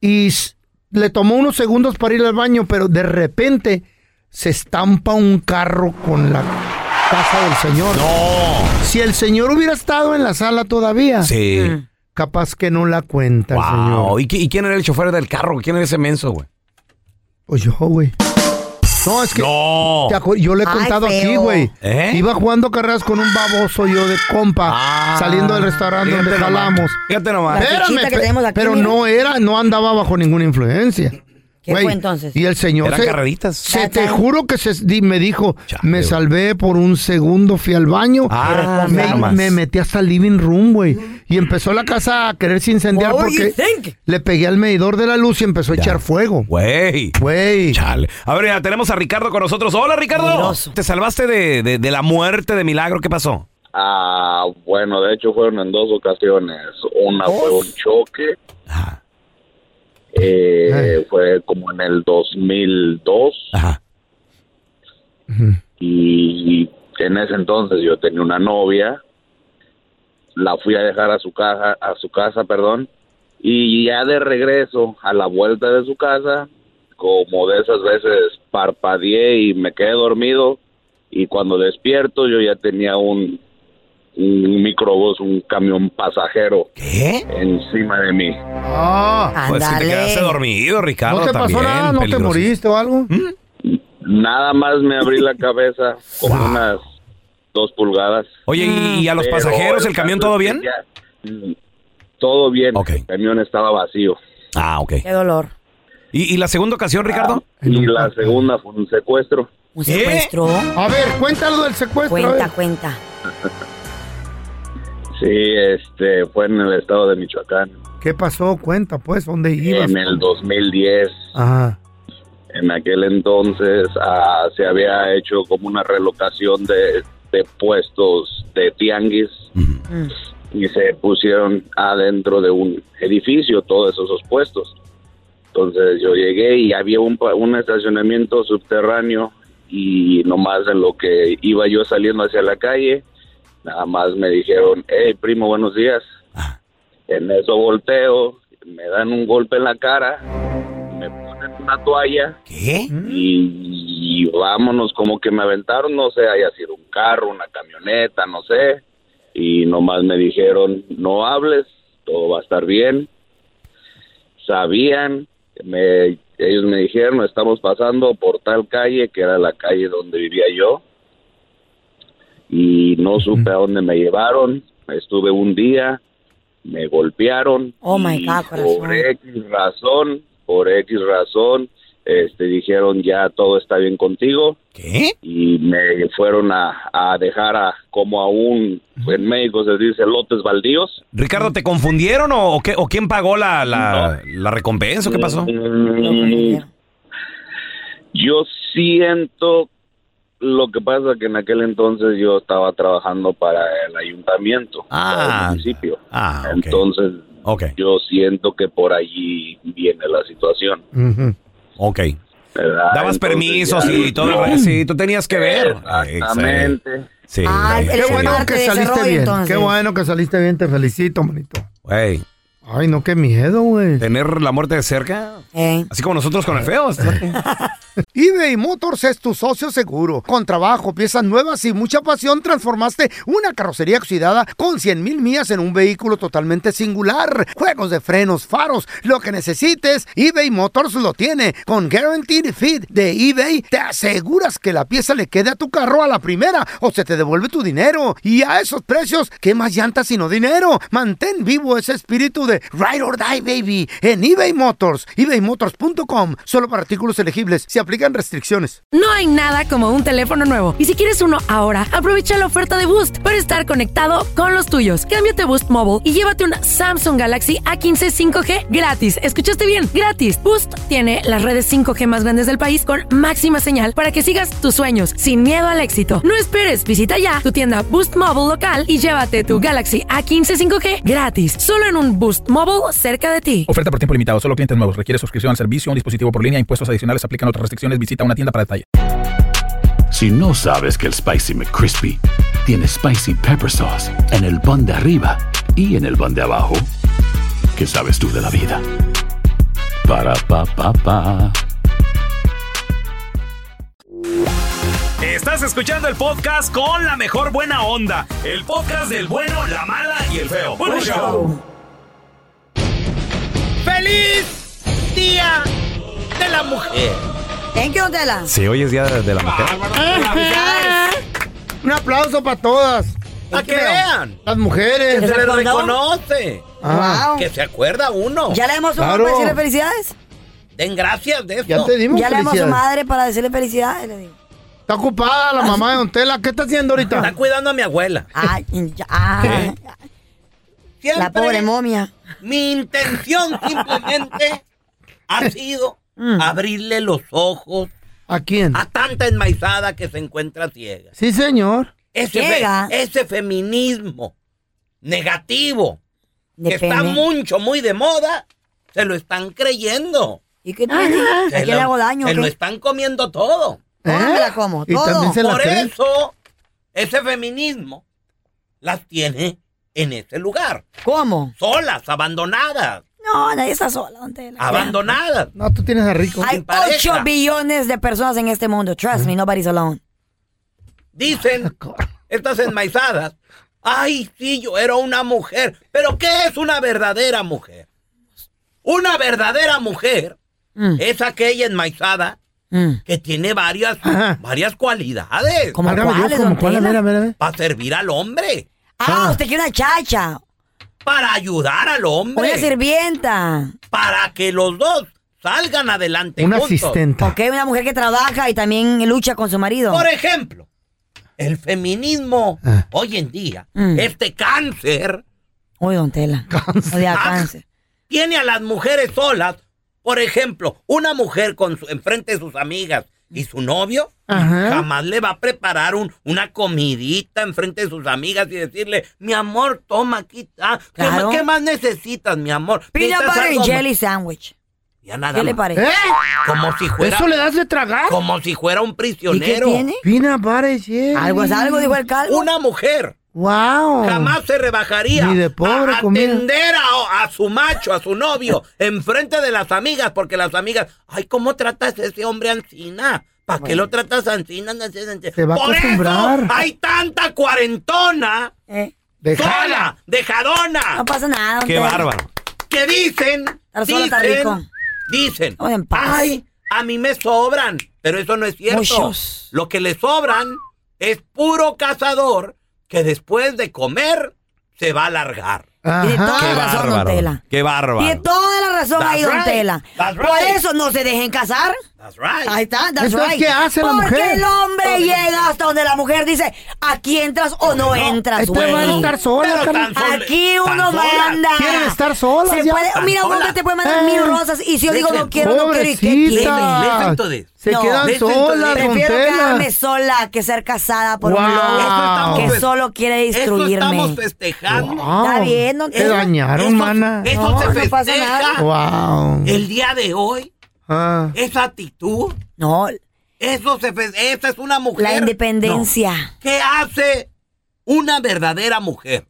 [SPEAKER 2] Y s- le tomó unos segundos para ir al baño, pero de repente se estampa un carro con la casa del señor.
[SPEAKER 1] No.
[SPEAKER 2] Si el señor hubiera estado en la sala todavía,
[SPEAKER 1] Sí.
[SPEAKER 3] Mm.
[SPEAKER 2] capaz que no la cuenta el señor.
[SPEAKER 1] Wow. Oh, ¿Y, qui- y quién era el chofer del carro? ¿Quién era ese menso, güey?
[SPEAKER 2] Pues yo, güey. No, es que
[SPEAKER 1] No.
[SPEAKER 2] te acu- yo le he
[SPEAKER 3] Ay,
[SPEAKER 2] contado aquí,
[SPEAKER 3] feo.
[SPEAKER 2] güey.
[SPEAKER 1] ¿Eh?
[SPEAKER 2] Iba jugando carreras con un baboso yo de compa, saliendo del restaurante donde
[SPEAKER 1] Ah. Fíjate nomás.
[SPEAKER 2] jalamos.
[SPEAKER 1] Fíjate nomás.
[SPEAKER 3] Ah. La fichita que
[SPEAKER 2] pe-
[SPEAKER 3] tenemos aquí,
[SPEAKER 2] pero
[SPEAKER 3] mira.
[SPEAKER 2] no era, no andaba bajo ninguna influencia.
[SPEAKER 3] ¿Qué
[SPEAKER 2] Güey,
[SPEAKER 3] fue entonces?
[SPEAKER 2] Y el señor
[SPEAKER 1] Eran
[SPEAKER 2] se,
[SPEAKER 1] carreritas.
[SPEAKER 2] se te juro que se di- me dijo,
[SPEAKER 1] Chale,
[SPEAKER 2] me
[SPEAKER 1] güey.
[SPEAKER 2] salvé por un segundo, fui al baño,
[SPEAKER 1] Ah, mira
[SPEAKER 2] me,
[SPEAKER 1] nomás.
[SPEAKER 2] me metí hasta el living room, güey, y empezó la casa a quererse incendiar
[SPEAKER 3] What do you
[SPEAKER 2] porque
[SPEAKER 3] think?
[SPEAKER 2] le pegué al medidor de la luz y empezó a echar fuego.
[SPEAKER 1] Güey.
[SPEAKER 2] Güey.
[SPEAKER 1] Chale. A ver, ya tenemos a Ricardo con nosotros. Hola, Ricardo.
[SPEAKER 3] Miroso.
[SPEAKER 1] Te salvaste de, de- de la muerte de milagro. ¿Qué pasó?
[SPEAKER 7] Ah, bueno, de hecho fueron en dos ocasiones. Una fue un choque,
[SPEAKER 1] Ajá.
[SPEAKER 7] eh, fue como en el 2002
[SPEAKER 1] Ajá.
[SPEAKER 7] y en ese entonces yo tenía una novia, la fui a dejar a su casa, a su casa, perdón, y ya de regreso a la vuelta de su casa, como de esas veces parpadeé y me quedé dormido y cuando despierto yo ya tenía un un microbús, un camión pasajero
[SPEAKER 1] ¿Qué?
[SPEAKER 7] encima de mí.
[SPEAKER 2] Ah.
[SPEAKER 1] Pues si te quedaste
[SPEAKER 3] Ándale.
[SPEAKER 1] dormido, Ricardo.
[SPEAKER 2] ¿No te
[SPEAKER 1] también, ¿Mm?
[SPEAKER 2] pasó nada? ¿No te
[SPEAKER 1] peligroso.
[SPEAKER 2] moriste o algo?
[SPEAKER 7] Nada más me abrí la cabeza con
[SPEAKER 1] Wow.
[SPEAKER 7] unas dos pulgadas.
[SPEAKER 1] Oye, ¿y, y a los
[SPEAKER 7] Pero
[SPEAKER 1] pasajeros, el camión, todo bien?
[SPEAKER 7] caso es que ya- mm, todo bien.
[SPEAKER 1] Ok.
[SPEAKER 7] El camión estaba vacío.
[SPEAKER 1] Ah, ok.
[SPEAKER 3] Qué dolor.
[SPEAKER 1] ¿Y, y la segunda ocasión, Ricardo?
[SPEAKER 7] Ah, Y la segunda fue un secuestro.
[SPEAKER 3] ¿Un
[SPEAKER 1] ¿Qué?
[SPEAKER 3] secuestro?
[SPEAKER 2] A ver, cuéntalo del secuestro. a
[SPEAKER 3] Cuenta,
[SPEAKER 2] ver.
[SPEAKER 3] cuenta.
[SPEAKER 7] Sí, este fue en el estado de Michoacán.
[SPEAKER 2] ¿Qué pasó? Cuenta, pues, ¿dónde ibas?
[SPEAKER 7] En el 2010.
[SPEAKER 2] Ajá.
[SPEAKER 7] En aquel entonces ah, se había hecho como una relocación de, de puestos de tianguis
[SPEAKER 3] Mm.
[SPEAKER 7] y se pusieron adentro de un edificio todos esos, dos puestos. Entonces yo llegué y había un, pa- un estacionamiento subterráneo y nomás en lo que iba yo saliendo hacia la calle, nada más me dijeron, hey primo, buenos días. En eso volteo, me dan un golpe en la cara, me ponen una toalla
[SPEAKER 1] ¿Qué?
[SPEAKER 7] y, y vámonos, como que me aventaron, no sé, haya sido un carro, una camioneta, no sé, y nomás me dijeron, no hables, todo va a estar bien. Sabían, me, ellos me dijeron, estamos pasando por tal calle, que era la calle donde vivía yo, y no supe a dónde me llevaron, estuve un día, me golpearon,
[SPEAKER 3] Oh, my
[SPEAKER 7] y
[SPEAKER 3] God,
[SPEAKER 7] por
[SPEAKER 3] corazón.
[SPEAKER 7] X razón, por X razón, este, dijeron ya todo está bien contigo
[SPEAKER 1] ¿Qué?
[SPEAKER 7] y me fueron a, a dejar a, como a un, en México se dice lotes baldíos.
[SPEAKER 1] Ricardo, ¿te confundieron o, o qué, o quién pagó la, la, la recompensa? o ¿Qué pasó?
[SPEAKER 3] pues,
[SPEAKER 7] Mm, Yo siento lo que pasa que en aquel entonces yo estaba trabajando para el ayuntamiento, para
[SPEAKER 1] Ah.
[SPEAKER 7] el municipio.
[SPEAKER 1] Ah, ok.
[SPEAKER 7] Entonces
[SPEAKER 1] Ok,
[SPEAKER 7] yo siento que por allí viene la situación.
[SPEAKER 2] Ujú.
[SPEAKER 1] ok.
[SPEAKER 7] ¿verdad?
[SPEAKER 1] Dabas
[SPEAKER 7] Entonces,
[SPEAKER 1] permisos
[SPEAKER 7] ya-
[SPEAKER 1] y todo. el re- Sí, tú tenías que ver.
[SPEAKER 7] Exactamente.
[SPEAKER 1] Sí.
[SPEAKER 3] Ah,
[SPEAKER 1] sí,
[SPEAKER 3] eres
[SPEAKER 2] Qué
[SPEAKER 1] sí.
[SPEAKER 2] bueno
[SPEAKER 3] parte
[SPEAKER 2] que
[SPEAKER 3] de ese
[SPEAKER 2] saliste
[SPEAKER 3] rollo,
[SPEAKER 2] bien.
[SPEAKER 3] entonces.
[SPEAKER 2] Qué bueno que saliste bien. Te felicito, manito.
[SPEAKER 1] Güey,
[SPEAKER 2] Ay, no, qué miedo, güey.
[SPEAKER 1] tener la muerte de cerca,
[SPEAKER 3] Eh.
[SPEAKER 1] así como nosotros con el feo.
[SPEAKER 2] eBay Motors es tu socio seguro. Con trabajo, piezas nuevas y mucha pasión, transformaste una carrocería oxidada con 100 mil millas en un vehículo totalmente singular. Juegos de frenos, faros, lo que necesites, eBay Motors lo tiene. Con Guaranteed Fit de eBay, te aseguras que la pieza le quede a tu carro a la primera o se te devuelve tu dinero. Y a esos precios, ¿qué más llantas sino dinero? Mantén vivo ese espíritu de dice Ride or Die Baby en eBay Motors, ebaymotors.com, solo para artículos elegibles, se aplican restricciones.
[SPEAKER 8] No hay nada como un teléfono nuevo. Y si quieres uno ahora, aprovecha la oferta de Boost para estar conectado con los tuyos. Cámbiate a Boost Mobile y llévate un Samsung Galaxy A15 5G gratis. ¿Escuchaste bien? Gratis. Boost tiene las redes 5G más grandes del país con máxima señal para que sigas tus sueños sin miedo al éxito. No esperes, visita ya tu tienda Boost Mobile local y llévate tu Galaxy A15 5G gratis. Solo en un Boost Mobile cerca de ti.
[SPEAKER 9] Oferta por tiempo limitado, solo clientes nuevos. Requiere suscripción al servicio, un dispositivo por línea, impuestos adicionales, aplican otras restricciones. Visita una tienda para detalle.
[SPEAKER 10] Si no sabes que el Spicy McCrispy tiene Spicy Pepper Sauce en el pan de arriba y en el pan de abajo, ¿qué sabes tú de la vida? Para, pa, pa, pa.
[SPEAKER 1] Estás escuchando el podcast con la mejor buena onda. El podcast del bueno, la mala y el feo. Bueno, show.
[SPEAKER 2] ¡Feliz Día de la Mujer!
[SPEAKER 3] Thank you, Tela.
[SPEAKER 1] Sí, hoy es día de, de la mujer.
[SPEAKER 6] Ah.
[SPEAKER 2] Un aplauso para todas.
[SPEAKER 6] A que vean.
[SPEAKER 2] Las
[SPEAKER 6] Que
[SPEAKER 2] mujeres.
[SPEAKER 6] se le
[SPEAKER 3] recordó?
[SPEAKER 6] reconoce.
[SPEAKER 2] Ah,
[SPEAKER 3] Wow.
[SPEAKER 6] Que se acuerda uno.
[SPEAKER 3] ¿Ya le hemos sumado
[SPEAKER 2] Claro.
[SPEAKER 3] para decirle felicidades?
[SPEAKER 6] Den gracias de
[SPEAKER 2] ya
[SPEAKER 6] esto.
[SPEAKER 2] te dimos
[SPEAKER 3] ¿Ya le hemos
[SPEAKER 2] felicidades.
[SPEAKER 3] sumado madre para decirle felicidades? Le digo.
[SPEAKER 2] Está ocupada Ah, la mamá de Don Tela. ¿Qué está haciendo
[SPEAKER 6] Está
[SPEAKER 2] ahorita?
[SPEAKER 6] cuidando a mi abuela.
[SPEAKER 3] Ay, ya, ah, la
[SPEAKER 6] Siempre
[SPEAKER 3] pobre momia.
[SPEAKER 6] Mi intención simplemente ha sido
[SPEAKER 3] Mm.
[SPEAKER 6] abrirle los ojos
[SPEAKER 2] ¿A quién?
[SPEAKER 6] a tanta enmaizada que se encuentra ciega.
[SPEAKER 2] Sí, señor.
[SPEAKER 6] Ese, fe-
[SPEAKER 3] Ciega.
[SPEAKER 6] ese feminismo negativo que está
[SPEAKER 3] Depende.
[SPEAKER 6] mucho, muy de moda, se lo están creyendo.
[SPEAKER 3] ¿Y qué tiene? ¿A
[SPEAKER 6] Se
[SPEAKER 3] quién
[SPEAKER 6] lo-
[SPEAKER 3] le hago daño? o
[SPEAKER 6] Se lo
[SPEAKER 3] qué?
[SPEAKER 6] están comiendo todo.
[SPEAKER 3] Ah, me la como,
[SPEAKER 2] ¿Eh? Y
[SPEAKER 3] todo.
[SPEAKER 2] también se la
[SPEAKER 6] Por
[SPEAKER 2] cree.
[SPEAKER 6] eso, ese feminismo las tiene en ese lugar.
[SPEAKER 3] ¿Cómo?
[SPEAKER 6] Solas, abandonadas.
[SPEAKER 3] No, nadie está sola, don Tela.
[SPEAKER 6] Abandonadas.
[SPEAKER 2] No, tú tienes a rico. ¿Eh?
[SPEAKER 3] Hay
[SPEAKER 6] Ah, sin pareja.
[SPEAKER 3] 8 billones de personas en este mundo. Trust me, nobody's alone.
[SPEAKER 6] Dicen estas enmaizadas. Ay, sí, yo era una mujer. Pero ¿qué es una verdadera mujer? Una verdadera mujer
[SPEAKER 3] Mm.
[SPEAKER 6] es aquella enmaizada
[SPEAKER 3] Mm.
[SPEAKER 6] que tiene varias,
[SPEAKER 2] Ajá.
[SPEAKER 6] varias cualidades
[SPEAKER 3] ¿Cómo
[SPEAKER 2] Válgame Dios,
[SPEAKER 3] cuáles,
[SPEAKER 2] ¿cómo
[SPEAKER 3] don
[SPEAKER 2] cuál? A
[SPEAKER 3] Tela?
[SPEAKER 2] ver, a ver, a ver.
[SPEAKER 6] para servir al hombre,
[SPEAKER 3] Ah, usted quiere una chacha,
[SPEAKER 6] para ayudar al hombre,
[SPEAKER 3] una sirvienta.
[SPEAKER 6] para que los dos salgan adelante.
[SPEAKER 2] Un
[SPEAKER 6] juntos.
[SPEAKER 2] asistente.
[SPEAKER 3] Ok, una mujer que trabaja y también lucha con su marido.
[SPEAKER 6] Por ejemplo, el feminismo
[SPEAKER 2] Ah.
[SPEAKER 6] hoy en día,
[SPEAKER 3] Mm.
[SPEAKER 6] este cáncer,
[SPEAKER 3] Uy, don Tela.
[SPEAKER 2] Cáncer.
[SPEAKER 3] Odia
[SPEAKER 6] Ah.
[SPEAKER 3] cáncer.
[SPEAKER 6] tiene a las mujeres solas. Por ejemplo, una mujer con su, enfrente de sus amigas y su novio
[SPEAKER 2] Ajá.
[SPEAKER 6] jamás le va a preparar un, una comidita enfrente de sus amigas y decirle, mi amor, toma, aquí está. ¿Qué,
[SPEAKER 3] Claro.
[SPEAKER 6] más- qué más necesitas, mi amor?
[SPEAKER 3] Peanut
[SPEAKER 6] ¿Necesitas
[SPEAKER 3] butter
[SPEAKER 6] algo
[SPEAKER 3] and
[SPEAKER 6] más?"
[SPEAKER 3] jelly sandwich.
[SPEAKER 6] Ya nada
[SPEAKER 3] ¿Qué le
[SPEAKER 6] más.
[SPEAKER 3] parece?
[SPEAKER 2] ¿Eh?
[SPEAKER 6] Como si fuera,
[SPEAKER 2] ¿Eso le das de tragar?
[SPEAKER 6] como si fuera un
[SPEAKER 3] ¿Y qué
[SPEAKER 6] prisionero.
[SPEAKER 3] tiene?
[SPEAKER 2] Pina Bares, yeah.
[SPEAKER 3] Algo es algo, dijo el calvo.
[SPEAKER 6] Una mujer
[SPEAKER 2] Wow.
[SPEAKER 6] jamás se rebajaría
[SPEAKER 2] Ni de pobre
[SPEAKER 6] a
[SPEAKER 2] comida.
[SPEAKER 6] atender a, a su macho, a su novio, enfrente de las amigas, porque las amigas, ay, ¿cómo tratas a ese hombre ancina? ¿Para qué lo tratas ancina?
[SPEAKER 2] Se va a
[SPEAKER 6] Por
[SPEAKER 2] acostumbrar.
[SPEAKER 6] eso hay tanta cuarentona,
[SPEAKER 3] Eh,
[SPEAKER 2] Déjala.
[SPEAKER 6] sola, dejadona,
[SPEAKER 3] No pasa nada, don
[SPEAKER 1] Qué
[SPEAKER 3] Tela.
[SPEAKER 1] bárbaro.
[SPEAKER 6] que dicen,
[SPEAKER 3] Estar sola está rico.
[SPEAKER 6] dicen, dicen,
[SPEAKER 3] Estamos en paz.
[SPEAKER 6] ay, a mí me sobran, pero eso no es cierto.
[SPEAKER 3] Muchos.
[SPEAKER 6] Lo que le sobran es puro cazador que después de comer se va a largar.
[SPEAKER 3] Tiene toda
[SPEAKER 2] Ajá.
[SPEAKER 3] la razón, don Tela.
[SPEAKER 1] Qué
[SPEAKER 3] Tiene
[SPEAKER 1] bárbaro.
[SPEAKER 3] toda la razón ahí,
[SPEAKER 6] That's
[SPEAKER 3] don
[SPEAKER 6] right.
[SPEAKER 3] Tela.
[SPEAKER 6] That's
[SPEAKER 3] Por
[SPEAKER 6] right.
[SPEAKER 3] eso no se dejen casar.
[SPEAKER 6] That's right.
[SPEAKER 3] Ahí está, that's
[SPEAKER 2] Entonces,
[SPEAKER 3] right.
[SPEAKER 2] ¿qué hace la
[SPEAKER 3] Porque
[SPEAKER 2] mujer?
[SPEAKER 3] el hombre llega hasta donde la mujer dice, aquí entras o no, entras,
[SPEAKER 2] Este va a
[SPEAKER 3] güey.
[SPEAKER 2] estar sola,
[SPEAKER 6] Pero
[SPEAKER 2] carnal.
[SPEAKER 6] tan- sola.
[SPEAKER 3] Aquí uno
[SPEAKER 6] Tan sola.
[SPEAKER 3] manda.
[SPEAKER 2] Quieren estar solas
[SPEAKER 3] Se
[SPEAKER 2] ya.
[SPEAKER 3] puede-
[SPEAKER 6] Tan
[SPEAKER 3] mira, un
[SPEAKER 6] sola.
[SPEAKER 3] hombre te puede mandar
[SPEAKER 2] Eh.
[SPEAKER 3] mil rosas y si yo digo no
[SPEAKER 6] Listen,
[SPEAKER 3] quiero, no quiero y qué
[SPEAKER 2] Pobrecita.
[SPEAKER 3] quiere.
[SPEAKER 6] Listen to this.
[SPEAKER 2] Se
[SPEAKER 3] No.
[SPEAKER 2] quedan
[SPEAKER 6] Listen to
[SPEAKER 2] solas,
[SPEAKER 6] this.
[SPEAKER 2] don
[SPEAKER 3] Prefiero
[SPEAKER 2] Tela.
[SPEAKER 3] quedarme sola que ser casada por
[SPEAKER 2] Wow.
[SPEAKER 3] un
[SPEAKER 2] Eso
[SPEAKER 3] lobo
[SPEAKER 2] estamos
[SPEAKER 3] que
[SPEAKER 6] fest-
[SPEAKER 3] solo quiere
[SPEAKER 6] Eso
[SPEAKER 3] destruirme.
[SPEAKER 6] estamos festejando.
[SPEAKER 2] Wow.
[SPEAKER 3] Está bien, don
[SPEAKER 2] Te
[SPEAKER 3] Tela.
[SPEAKER 2] dañaron,
[SPEAKER 6] Eso-
[SPEAKER 2] mana.
[SPEAKER 6] Eso
[SPEAKER 3] No,
[SPEAKER 6] se
[SPEAKER 3] no
[SPEAKER 6] festeja
[SPEAKER 3] pasa nada.
[SPEAKER 2] Wow.
[SPEAKER 6] el día de hoy.
[SPEAKER 2] Ah.
[SPEAKER 6] Esa actitud.
[SPEAKER 3] No,
[SPEAKER 6] Eso se festeja. Esa es una mujer.
[SPEAKER 3] la independencia.
[SPEAKER 6] ¿Qué hace una verdadera mujer?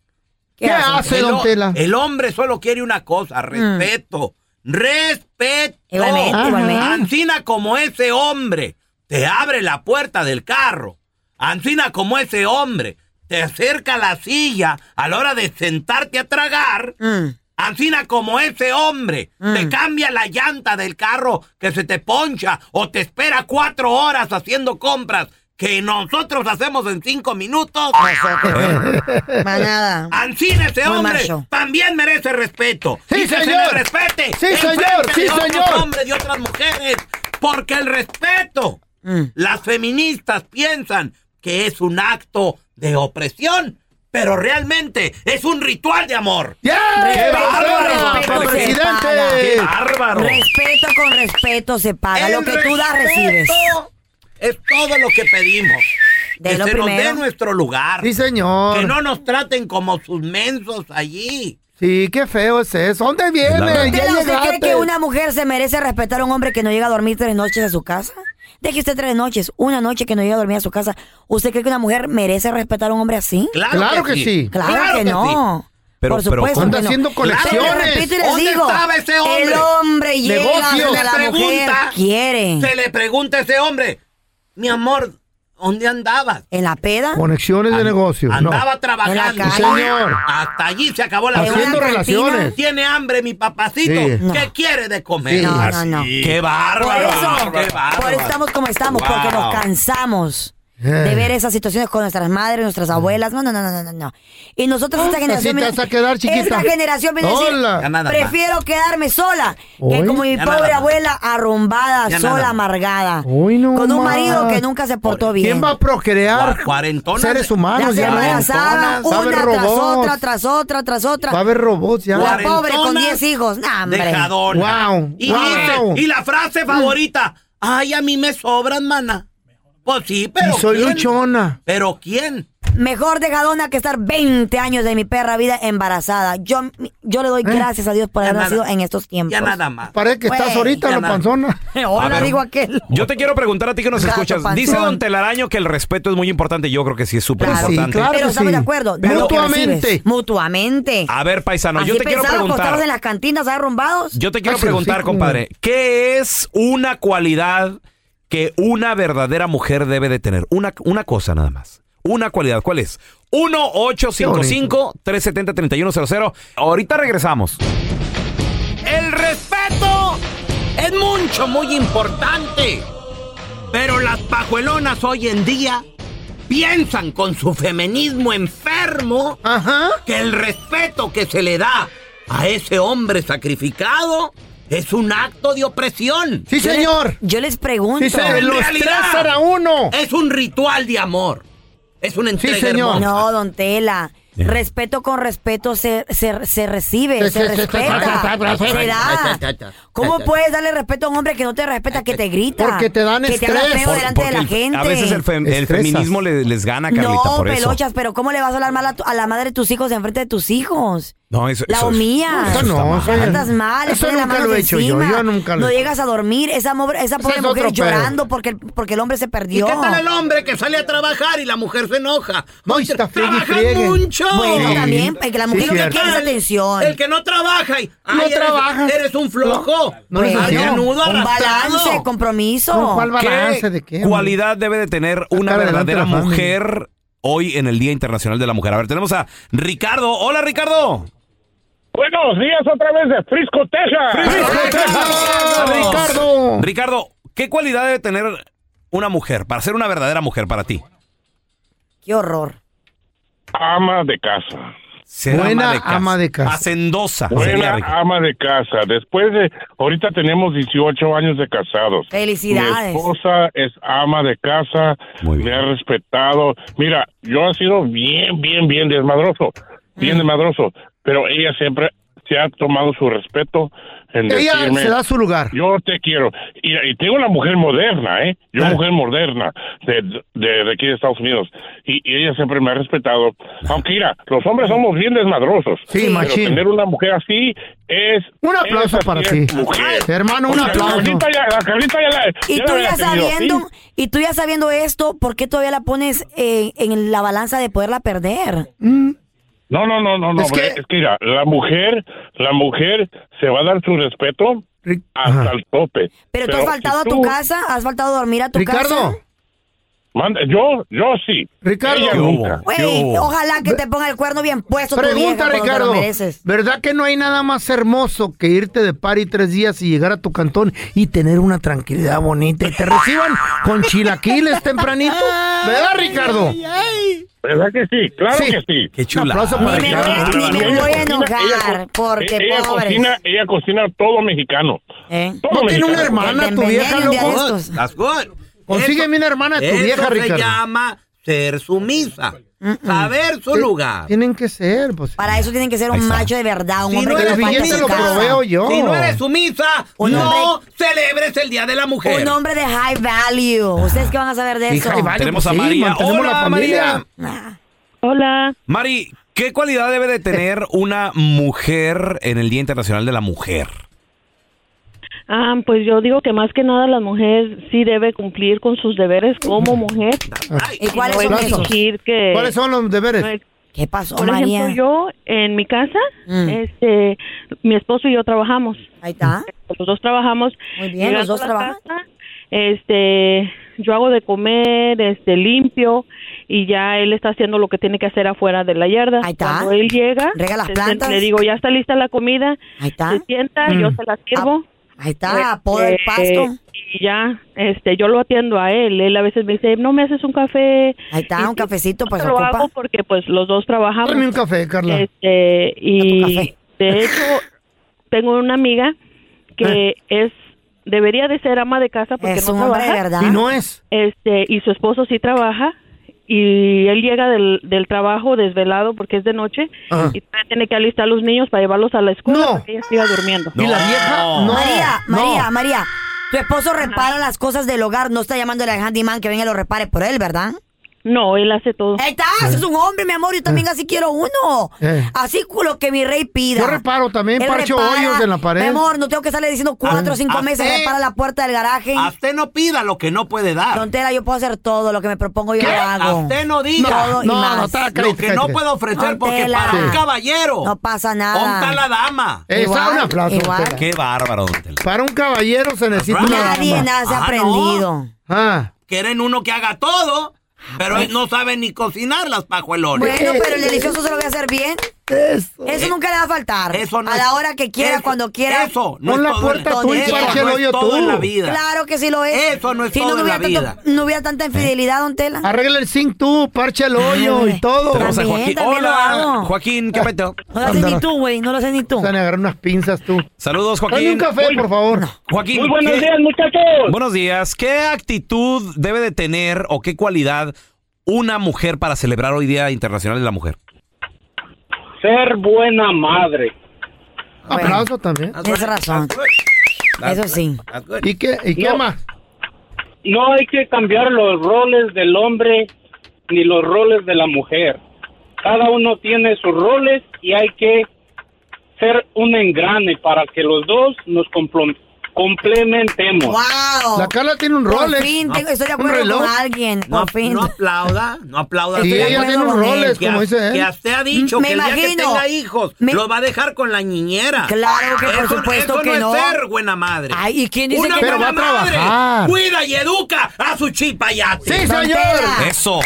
[SPEAKER 2] ¿Qué hace,
[SPEAKER 6] el,
[SPEAKER 2] don
[SPEAKER 6] ho-
[SPEAKER 2] Tela?
[SPEAKER 6] el hombre solo quiere una cosa,
[SPEAKER 3] Mm.
[SPEAKER 6] respeto. Respeto.
[SPEAKER 3] Igualmente,
[SPEAKER 2] Ajá. igualmente.
[SPEAKER 6] Ancina como ese hombre te abre la puerta del carro. Ancina como ese hombre te acerca a la silla a la hora de sentarte a tragar.
[SPEAKER 3] Mm.
[SPEAKER 6] Ancina como ese hombre te cambia la llanta del carro que se te poncha o te espera cuatro horas haciendo compras que nosotros hacemos en cinco minutos.
[SPEAKER 3] Manada.
[SPEAKER 6] Ancina ese
[SPEAKER 3] eh. Muy
[SPEAKER 6] hombre
[SPEAKER 3] macho.
[SPEAKER 6] también merece respeto.
[SPEAKER 3] Sí,
[SPEAKER 6] y que se
[SPEAKER 3] señor.
[SPEAKER 6] le respete.
[SPEAKER 3] Sí,
[SPEAKER 6] en
[SPEAKER 3] señor,
[SPEAKER 6] frente
[SPEAKER 3] sí,
[SPEAKER 6] de otros
[SPEAKER 3] señor.
[SPEAKER 6] hombres y otras mujeres. Porque el respeto,
[SPEAKER 3] Mm.
[SPEAKER 6] las feministas piensan que es un acto de opresión, pero realmente es un ritual de amor. ¡Qué bárbaro!
[SPEAKER 3] Respeto se paga.
[SPEAKER 6] ¡Qué bárbaro!
[SPEAKER 3] Respeto con respeto se paga.
[SPEAKER 6] El
[SPEAKER 3] lo que tú das,
[SPEAKER 6] respeto
[SPEAKER 3] recibes.
[SPEAKER 6] Es todo lo que pedimos.
[SPEAKER 3] De
[SPEAKER 6] que
[SPEAKER 3] lo
[SPEAKER 6] se nos
[SPEAKER 3] primero.
[SPEAKER 6] dé nuestro lugar.
[SPEAKER 2] Sí, señor.
[SPEAKER 6] Que no nos traten como sus mensos allí.
[SPEAKER 2] Sí, qué feo es eso. ¿Dónde viene? Ya
[SPEAKER 3] Tela, ¿Usted cree
[SPEAKER 2] llegaste.
[SPEAKER 3] que una mujer se merece respetar a un hombre que no llega a dormir tres noches a su casa? Deje usted tres noches, una noche que no llega a dormir a su casa. ¿Usted cree que una mujer merece respetar a un hombre así?
[SPEAKER 6] Claro Claro que que sí. sí.
[SPEAKER 3] Claro,
[SPEAKER 6] Claro
[SPEAKER 3] que,
[SPEAKER 6] que
[SPEAKER 3] no.
[SPEAKER 6] sí. Pero-
[SPEAKER 3] Por
[SPEAKER 6] pero
[SPEAKER 3] supuesto
[SPEAKER 6] ¿cómo?
[SPEAKER 3] que
[SPEAKER 6] Anda
[SPEAKER 3] no.
[SPEAKER 6] haciendo
[SPEAKER 3] Claro,
[SPEAKER 6] colecciones.
[SPEAKER 3] les repito y les
[SPEAKER 6] ¿Dónde
[SPEAKER 3] digo,
[SPEAKER 6] estaba ese hombre?
[SPEAKER 3] El hombre llega
[SPEAKER 6] Negocios.
[SPEAKER 3] donde la
[SPEAKER 6] Se pregunta.
[SPEAKER 3] mujer quiere.
[SPEAKER 6] Se le pregunta a ese hombre, mi amor, ¿dónde andabas?
[SPEAKER 3] ¿En la peda?
[SPEAKER 2] Conexiones de negocios. no.
[SPEAKER 6] Andaba trabajando.
[SPEAKER 2] Sí, señor.
[SPEAKER 6] Hasta allí se acabó la
[SPEAKER 2] Haciendo
[SPEAKER 6] plática.
[SPEAKER 2] relaciones.
[SPEAKER 6] Tiene hambre mi papacito.
[SPEAKER 2] Sí.
[SPEAKER 6] ¿Qué quiere de comer?
[SPEAKER 3] Sí. No, no, no.
[SPEAKER 6] Qué bárbaro.
[SPEAKER 3] Por eso,
[SPEAKER 6] qué bárbaro.
[SPEAKER 3] por eso estamos como estamos, porque
[SPEAKER 6] Wow.
[SPEAKER 3] nos cansamos
[SPEAKER 2] Eh.
[SPEAKER 3] de ver esas situaciones con nuestras madres, nuestras abuelas. No, no, no, no, no, no. Y nosotros esta
[SPEAKER 2] Así
[SPEAKER 3] generación.
[SPEAKER 2] Eh. Ah, te
[SPEAKER 3] mira,
[SPEAKER 2] vas a quedar, chiquita.
[SPEAKER 3] Esta generación viene a decir,
[SPEAKER 2] Hola. Ya nada más.
[SPEAKER 3] prefiero quedarme sola que
[SPEAKER 2] Hoy.
[SPEAKER 3] como mi
[SPEAKER 2] Ya nada
[SPEAKER 3] pobre
[SPEAKER 2] más.
[SPEAKER 3] abuela arrumbada,
[SPEAKER 2] Ya nada
[SPEAKER 3] sola,
[SPEAKER 2] más.
[SPEAKER 3] amargada.
[SPEAKER 2] Uy, no
[SPEAKER 3] con un
[SPEAKER 2] más.
[SPEAKER 3] marido que nunca se portó bien.
[SPEAKER 2] ¿Quién va a procrear?
[SPEAKER 6] Cuarentonas.
[SPEAKER 2] Seres humanos
[SPEAKER 3] Las
[SPEAKER 2] ya.
[SPEAKER 3] embarazadas,
[SPEAKER 2] Va a haber
[SPEAKER 3] una tras otra,
[SPEAKER 2] robots.
[SPEAKER 3] tras otra, tras otra.
[SPEAKER 2] Va a haber robots ya.
[SPEAKER 3] La pobre con
[SPEAKER 6] Cuarentonas
[SPEAKER 3] 10 hijos. Nah, hombre.
[SPEAKER 6] Dejadona.
[SPEAKER 2] Wow,
[SPEAKER 6] Y,
[SPEAKER 2] wow. Mm.
[SPEAKER 6] dice- y la frase favorita. Ay, a mí me sobran, mana. Pues sí, pero.
[SPEAKER 2] Y soy
[SPEAKER 6] ¿quién?
[SPEAKER 2] luchona.
[SPEAKER 6] ¿Pero quién?
[SPEAKER 3] Mejor dejadona que estar 20 años de mi perra vida embarazada. Yo, yo le doy gracias a Dios por
[SPEAKER 6] Ya
[SPEAKER 3] haber
[SPEAKER 6] nada-
[SPEAKER 3] nacido en estos tiempos.
[SPEAKER 6] Ya nada más.
[SPEAKER 2] Parece que estás
[SPEAKER 3] Güey,
[SPEAKER 2] ahorita,
[SPEAKER 3] ya
[SPEAKER 2] la
[SPEAKER 3] nada.
[SPEAKER 2] panzona.
[SPEAKER 3] Hola,
[SPEAKER 1] A ver.
[SPEAKER 3] digo aquel.
[SPEAKER 1] Yo te quiero preguntar a ti que nos
[SPEAKER 3] Gato
[SPEAKER 1] escuchas. Dice
[SPEAKER 3] panzón.
[SPEAKER 1] Don Telaraño que el respeto es muy importante. Yo creo que sí es súper
[SPEAKER 2] Claro, sí,
[SPEAKER 1] importante.
[SPEAKER 2] claro
[SPEAKER 3] Pero estamos de acuerdo. de lo que
[SPEAKER 1] Mutuamente.
[SPEAKER 3] recibes. Mutuamente.
[SPEAKER 1] A ver, paisano, yo
[SPEAKER 3] Así
[SPEAKER 1] te quiero
[SPEAKER 3] pensaba, pues, acostados
[SPEAKER 1] preguntar.
[SPEAKER 3] en las cantinas, arrumbados?
[SPEAKER 1] Yo te quiero
[SPEAKER 3] Ay, sí,
[SPEAKER 1] preguntar,
[SPEAKER 3] sí,
[SPEAKER 1] compadre, ¿qué es una cualidad que una verdadera mujer debe de tener? Una, una cosa nada más. Una cualidad, ¿cuál es? 1-855-370-3100. Ahorita regresamos.
[SPEAKER 6] El respeto es mucho, muy importante. Pero las pajuelonas hoy en día piensan con su feminismo enfermo que el respeto que se le da a ese hombre sacrificado es un acto de opresión.
[SPEAKER 2] Sí, señor.
[SPEAKER 3] Yo les pregunto.
[SPEAKER 2] Sí, se
[SPEAKER 6] En
[SPEAKER 2] los
[SPEAKER 6] realidad,
[SPEAKER 2] trazan a uno.
[SPEAKER 6] Es un ritual de amor. Es una entrega hermosa.
[SPEAKER 3] No, don Tela. Respeto con respeto se, se, se recibe, se,
[SPEAKER 6] Se- se- se-
[SPEAKER 3] respeta,
[SPEAKER 6] se- se-
[SPEAKER 3] se da.
[SPEAKER 6] se- se-
[SPEAKER 3] ¿Cómo puedes darle respeto a un hombre que no te respeta, que te grita?
[SPEAKER 2] Porque te dan
[SPEAKER 3] que te habla
[SPEAKER 2] estrés.
[SPEAKER 3] feo
[SPEAKER 2] Por-
[SPEAKER 3] delante de la
[SPEAKER 1] Porque el-
[SPEAKER 3] gente.
[SPEAKER 1] a veces el, fem- el
[SPEAKER 2] Estresas.
[SPEAKER 1] feminismo le- les gana, Carlita,
[SPEAKER 3] no,
[SPEAKER 1] por eso.
[SPEAKER 3] pelochas, pero ¿cómo le vas a hablar mal a, tu- a la madre de tus hijos enfrente de tus hijos?
[SPEAKER 1] No, eso,
[SPEAKER 3] La
[SPEAKER 1] eso es-
[SPEAKER 3] humillas.
[SPEAKER 1] eso está mal.
[SPEAKER 3] Tratas mal,
[SPEAKER 2] Eso
[SPEAKER 3] le pones las
[SPEAKER 2] nunca lo
[SPEAKER 3] manos
[SPEAKER 2] he hecho yo,
[SPEAKER 3] encima.
[SPEAKER 2] yo nunca lo
[SPEAKER 3] No
[SPEAKER 2] he hecho.
[SPEAKER 3] llegas a dormir, esa, mo- esa pobre
[SPEAKER 2] es otro
[SPEAKER 3] mujer
[SPEAKER 2] pedo.
[SPEAKER 3] llorando porque, el- porque el hombre se
[SPEAKER 6] ¿Y
[SPEAKER 3] perdió.
[SPEAKER 6] qué tal el hombre que sale a trabajar y la mujer se enoja?
[SPEAKER 2] No, y está friegue y
[SPEAKER 6] ¡Trabaja
[SPEAKER 2] friegue.
[SPEAKER 6] mucho!
[SPEAKER 3] Bueno, también, porque la mujer
[SPEAKER 2] Sí,
[SPEAKER 3] lo que
[SPEAKER 2] cierto.
[SPEAKER 3] quiere es atención.
[SPEAKER 6] El que no trabaja y
[SPEAKER 2] No
[SPEAKER 6] eres,
[SPEAKER 2] trabajas.
[SPEAKER 6] eres un flojo.
[SPEAKER 2] No, no eres
[SPEAKER 6] Ay,
[SPEAKER 2] así.
[SPEAKER 6] menudo
[SPEAKER 3] un
[SPEAKER 6] arrastrado.
[SPEAKER 3] balance, compromiso.
[SPEAKER 2] No, ¿cuál
[SPEAKER 1] ¿Qué
[SPEAKER 2] balance de qué? hombre?
[SPEAKER 1] cualidad debe de tener una
[SPEAKER 2] Sacar adelante
[SPEAKER 1] verdadera
[SPEAKER 2] la familia.
[SPEAKER 1] mujer hoy en el Día Internacional de la Mujer? A ver, tenemos a Ricardo. Hola, Ricardo.
[SPEAKER 11] Buenos días otra vez de Frisco, Texas.
[SPEAKER 2] ¡Ah, Ricardo!
[SPEAKER 1] Ricardo, ¿qué cualidad debe tener una mujer para ser una verdadera mujer para ti?
[SPEAKER 3] Qué horror.
[SPEAKER 11] Ama de casa.
[SPEAKER 1] Ser
[SPEAKER 2] Buena ama de casa.
[SPEAKER 1] Hacendosa. sería,
[SPEAKER 11] Buena
[SPEAKER 1] Ricardo.
[SPEAKER 11] ama de casa. Después de, ahorita tenemos 18 años de casados.
[SPEAKER 3] Felicidades.
[SPEAKER 11] Mi esposa es ama de casa, me ha respetado. Mira, yo he sido bien, bien, bien desmadroso, bien
[SPEAKER 2] Mm.
[SPEAKER 11] desmadroso, pero ella siempre se ha tomado su respeto en
[SPEAKER 2] Ella
[SPEAKER 11] decirme,
[SPEAKER 2] se da su lugar.
[SPEAKER 11] Yo te quiero. Y, y tengo una mujer moderna, ¿eh? Yo
[SPEAKER 2] Ah.
[SPEAKER 11] mujer moderna de, de, de aquí de Estados Unidos. Y, y ella siempre me ha respetado. Aunque mira, los hombres somos bien desmadrosos.
[SPEAKER 2] Sí,
[SPEAKER 11] Pero
[SPEAKER 2] machín.
[SPEAKER 11] tener una mujer así es...
[SPEAKER 2] Un aplauso
[SPEAKER 11] es así
[SPEAKER 2] para
[SPEAKER 11] es
[SPEAKER 2] ti.
[SPEAKER 11] mujer.
[SPEAKER 2] Hermano, un
[SPEAKER 11] Porque la
[SPEAKER 2] aplauso.
[SPEAKER 11] Carlita ya- la Carlita ya la-
[SPEAKER 3] Y
[SPEAKER 11] ya
[SPEAKER 3] tú
[SPEAKER 11] la
[SPEAKER 3] ya
[SPEAKER 11] había tenido así.
[SPEAKER 3] sabiendo, y tú ya sabiendo esto, ¿por qué todavía la pones en, en la balanza de poderla perder?
[SPEAKER 11] No, no, no, no, no.
[SPEAKER 3] Es
[SPEAKER 11] Es
[SPEAKER 3] que-
[SPEAKER 11] que, es que mira, la mujer, la mujer se va a dar su respeto hasta el tope.
[SPEAKER 3] Pero, tú has faltado
[SPEAKER 11] si
[SPEAKER 3] a tu
[SPEAKER 11] tú-
[SPEAKER 3] casa, has faltado a dormir a tu casa.
[SPEAKER 2] Ricardo,
[SPEAKER 11] Manda- yo, yo sí.
[SPEAKER 2] Ricardo.
[SPEAKER 11] Ella
[SPEAKER 2] ¿Qué hubo?
[SPEAKER 11] nunca.
[SPEAKER 3] Güey, ojalá que te ponga el cuerno bien puesto. tu
[SPEAKER 2] Pregunta,
[SPEAKER 3] vieja, cuando te lo
[SPEAKER 2] Ricardo.
[SPEAKER 3] mereces.
[SPEAKER 2] ¿Verdad que no hay nada más hermoso que irte de party tres días y llegar a tu cantón y tener una tranquilidad bonita y te reciban con chilaquiles tempranito? ¿Verdad, Ricardo?
[SPEAKER 11] ¿Verdad que sí? Claro
[SPEAKER 2] Sí.
[SPEAKER 11] que sí.
[SPEAKER 2] Qué chula. Un aplauso para Ni me Ricardo. voy- ni me
[SPEAKER 11] Ella
[SPEAKER 2] voy a
[SPEAKER 11] cocina- ella
[SPEAKER 3] enojar,
[SPEAKER 11] co-
[SPEAKER 3] porque
[SPEAKER 11] ella
[SPEAKER 3] pobres. ¿Eh?
[SPEAKER 11] Cocina, ella cocina todo mexicano. Todo
[SPEAKER 2] ¿No tiene
[SPEAKER 11] mexicano.
[SPEAKER 2] una hermana tu vieja, loco?
[SPEAKER 6] That's good.
[SPEAKER 2] Consígueme una hermana de tu
[SPEAKER 6] eso
[SPEAKER 2] vieja,
[SPEAKER 6] se
[SPEAKER 2] Ricardo.
[SPEAKER 6] llama ser sumisa. Saber su
[SPEAKER 2] Ti-
[SPEAKER 6] lugar.
[SPEAKER 2] Eh, Tienen que ser, pues.
[SPEAKER 3] Para eso tienen que ser
[SPEAKER 2] Ahí
[SPEAKER 3] un
[SPEAKER 2] está.
[SPEAKER 3] macho de verdad, un
[SPEAKER 2] Si
[SPEAKER 3] hombre
[SPEAKER 2] no
[SPEAKER 3] que
[SPEAKER 2] eres
[SPEAKER 3] no falte
[SPEAKER 2] valiente,
[SPEAKER 3] en su
[SPEAKER 2] lo
[SPEAKER 3] casa.
[SPEAKER 2] proveo yo.
[SPEAKER 6] Si no eres sumisa,
[SPEAKER 3] Un
[SPEAKER 6] no celebres el Día de la Mujer.
[SPEAKER 3] Un hombre de high value. ¿Ustedes qué van a saber de eso?
[SPEAKER 1] Hija, y vale, Tenemos pues a sí, María. mantenemos Hola, la familia.
[SPEAKER 2] Ah.
[SPEAKER 12] Hola.
[SPEAKER 1] Mari, ¿qué cualidad debe de tener una mujer en el Día Internacional de la Mujer?
[SPEAKER 12] Ah, pues yo digo que más que nada la mujer sí debe cumplir con sus deberes como mujer.
[SPEAKER 3] ¿Y cuáles
[SPEAKER 12] no
[SPEAKER 3] son esos?
[SPEAKER 12] exigir que-
[SPEAKER 2] ¿Cuáles son los
[SPEAKER 12] no ex-
[SPEAKER 2] deberes?
[SPEAKER 3] ¿Qué pasó,
[SPEAKER 12] Por
[SPEAKER 3] María?
[SPEAKER 12] ejemplo, yo en mi casa,
[SPEAKER 3] Mm.
[SPEAKER 12] este, mi esposo y yo trabajamos.
[SPEAKER 3] Ahí está.
[SPEAKER 12] Los dos trabajamos.
[SPEAKER 3] Muy bien,
[SPEAKER 12] Llegando
[SPEAKER 3] los dos
[SPEAKER 12] a la
[SPEAKER 3] trabajan.
[SPEAKER 12] casa, este, yo hago de comer, este, limpio y ya él está haciendo lo que tiene que hacer afuera de la yarda. Ahí está. Cuando él llega,
[SPEAKER 3] Riega las
[SPEAKER 12] se-
[SPEAKER 3] plantas.
[SPEAKER 12] le digo, ya está lista la comida.
[SPEAKER 3] Ahí está.
[SPEAKER 12] Se sienta,
[SPEAKER 3] Mm. Ah,
[SPEAKER 12] yo se la sirvo.
[SPEAKER 3] Ahí está, poda el
[SPEAKER 12] Eh,
[SPEAKER 3] pasto.
[SPEAKER 12] Y ya, este, yo lo atiendo a él. Él a veces me dice, no me haces un café.
[SPEAKER 3] Ahí está, un cafecito, pues,
[SPEAKER 12] lo
[SPEAKER 3] ocupa.
[SPEAKER 12] hago porque pues los dos trabajamos.
[SPEAKER 2] Dame un café, Carla.
[SPEAKER 12] Este,
[SPEAKER 2] A tu
[SPEAKER 12] y
[SPEAKER 2] café.
[SPEAKER 12] de hecho, tengo una amiga que es, debería de ser ama de casa porque
[SPEAKER 3] Eh. Es
[SPEAKER 12] no
[SPEAKER 3] un hombre de
[SPEAKER 12] trabaja.
[SPEAKER 3] verdad. Y no
[SPEAKER 2] es.
[SPEAKER 12] Este, y su esposo sí trabaja. Y él llega del, del trabajo desvelado porque es de noche
[SPEAKER 2] Ajá.
[SPEAKER 12] y todavía tiene que alistar a los niños para llevarlos a la escuela para que ella siga durmiendo.
[SPEAKER 2] ¿Y la vieja? No.
[SPEAKER 3] María,
[SPEAKER 2] no.
[SPEAKER 3] María, María. Tu esposo repara las cosas del hogar, no está llamándole al handyman que venga y lo repare por él, ¿verdad?
[SPEAKER 12] No, él hace todo.
[SPEAKER 3] Ahí está, es un hombre, mi amor, yo también así quiero uno.
[SPEAKER 2] Eh.
[SPEAKER 3] Así lo que mi rey pida.
[SPEAKER 2] Yo reparo también,
[SPEAKER 3] Él
[SPEAKER 2] parcho
[SPEAKER 3] repara.
[SPEAKER 2] hoyos en la
[SPEAKER 3] Mi
[SPEAKER 2] pared.
[SPEAKER 3] amor, no tengo que estarle diciendo cuatro o cinco
[SPEAKER 6] Hazte-
[SPEAKER 3] meses, repara la puerta del garaje.
[SPEAKER 6] A usted no pida lo que no puede dar.
[SPEAKER 3] Frontera, yo puedo hacer todo, lo que me propongo yo
[SPEAKER 6] ¿Qué?
[SPEAKER 3] lo hago.
[SPEAKER 6] A usted no diga.
[SPEAKER 3] Todo y
[SPEAKER 6] No, no,
[SPEAKER 3] más.
[SPEAKER 6] está, cállate, Lo que no cállate. puedo ofrecer, porque
[SPEAKER 3] Frontera.
[SPEAKER 6] para un caballero,
[SPEAKER 3] No pasa nada.
[SPEAKER 6] Ponta la dama.
[SPEAKER 2] Eh, está
[SPEAKER 3] Igual,
[SPEAKER 2] un aplauso,
[SPEAKER 3] igual.
[SPEAKER 2] Tela.
[SPEAKER 1] Qué bárbaro, don Tela.
[SPEAKER 2] Para un caballero se necesita una
[SPEAKER 3] Nadie
[SPEAKER 2] dama.
[SPEAKER 3] nace
[SPEAKER 6] Ah,
[SPEAKER 3] aprendido.
[SPEAKER 2] Ah.
[SPEAKER 6] Quieren uno que haga todo, pero no saben ni cocinar las pajuelones.
[SPEAKER 3] Ah, pues. Bueno, pero el delicioso se lo voy a hacer bien.
[SPEAKER 2] Eso.
[SPEAKER 3] nunca le va a faltar.
[SPEAKER 6] Eh, Eso no
[SPEAKER 3] a
[SPEAKER 6] es-
[SPEAKER 3] la hora que quiera,
[SPEAKER 6] eso-
[SPEAKER 3] cuando quiera.
[SPEAKER 6] eso no Pon es la todo puerta en- tú y
[SPEAKER 3] Eso
[SPEAKER 6] parche el
[SPEAKER 3] no es
[SPEAKER 6] hoyo
[SPEAKER 3] todo
[SPEAKER 6] tú.
[SPEAKER 3] en la vida. Claro que sí lo es.
[SPEAKER 6] Eso no es
[SPEAKER 3] Si
[SPEAKER 6] todo en
[SPEAKER 3] hubiera
[SPEAKER 6] la Eh.
[SPEAKER 3] tanto- no hubiera tanta infidelidad, don Tela.
[SPEAKER 2] Arregla el zinc tú, parcha el hoyo y todo.
[SPEAKER 1] Tenemos a Joaquín. Hola, Joaquín, ¿qué peteo?
[SPEAKER 3] No lo haces ni tú, güey, no lo haces ni tú.
[SPEAKER 2] Van a agarrar unas pinzas tú.
[SPEAKER 1] Saludos, Joaquín.
[SPEAKER 2] Dame un café, por favor.
[SPEAKER 1] Joaquín.
[SPEAKER 2] Muy buenos
[SPEAKER 1] ¿qué-
[SPEAKER 2] días, muchachos.
[SPEAKER 1] Buenos días. ¿Qué actitud debe de tener o qué cualidad una mujer para celebrar hoy Día Internacional de la Mujer?
[SPEAKER 13] Ser buena madre.
[SPEAKER 2] Aplauso también.
[SPEAKER 3] Tienes razón.
[SPEAKER 2] Ah,
[SPEAKER 3] Eso sí.
[SPEAKER 2] ¿Y qué, y qué
[SPEAKER 13] No.
[SPEAKER 2] más?
[SPEAKER 13] No hay que cambiar los roles del hombre ni los roles de la mujer. Cada uno tiene sus roles y hay que ser un engrane para que los dos nos complom- complementemos.
[SPEAKER 3] ¡Wow!
[SPEAKER 2] La Carla tiene un
[SPEAKER 3] Por
[SPEAKER 2] Rolex.
[SPEAKER 3] fin,
[SPEAKER 2] No.
[SPEAKER 3] tengo- estoy de
[SPEAKER 2] Un
[SPEAKER 3] acuerdo
[SPEAKER 2] reloj.
[SPEAKER 3] con alguien.
[SPEAKER 6] No,
[SPEAKER 3] por fin.
[SPEAKER 6] no aplauda, no aplauda.
[SPEAKER 2] Sí,
[SPEAKER 6] Estoy de
[SPEAKER 2] ella
[SPEAKER 6] acuerdo
[SPEAKER 2] tiene un
[SPEAKER 6] con él.
[SPEAKER 2] Rolex,
[SPEAKER 6] Que
[SPEAKER 2] como
[SPEAKER 6] a-
[SPEAKER 3] ¿eh?
[SPEAKER 2] dice él.
[SPEAKER 6] Que usted ha dicho
[SPEAKER 3] Me
[SPEAKER 6] que el día que
[SPEAKER 3] imagino.
[SPEAKER 6] tenga hijos
[SPEAKER 3] Me-
[SPEAKER 6] los va a dejar con la niñera.
[SPEAKER 3] Claro que por
[SPEAKER 6] Eso-
[SPEAKER 3] supuesto
[SPEAKER 6] eso
[SPEAKER 3] que no.
[SPEAKER 6] es ser buena madre.
[SPEAKER 3] Ay, ¿y quién dice
[SPEAKER 6] Una
[SPEAKER 3] que no?
[SPEAKER 6] buena
[SPEAKER 3] Pero va a
[SPEAKER 6] madre
[SPEAKER 3] trabajar.
[SPEAKER 6] Cuida y educa a su chipayate.
[SPEAKER 3] ¡Sí, señor! Eh. Frontera.
[SPEAKER 1] Eso.